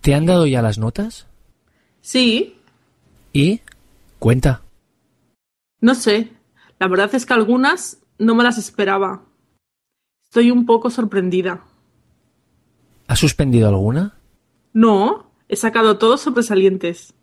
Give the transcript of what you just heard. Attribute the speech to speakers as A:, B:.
A: ¿Te han dado ya las notas?
B: Sí,
A: ¿Y? Cuenta.
B: no sé. La verdad es que algunas no me las esperaba. Estoy un poco sorprendida.
A: ¿Has suspendido alguna?
B: No, he sacado todos sobresalientes.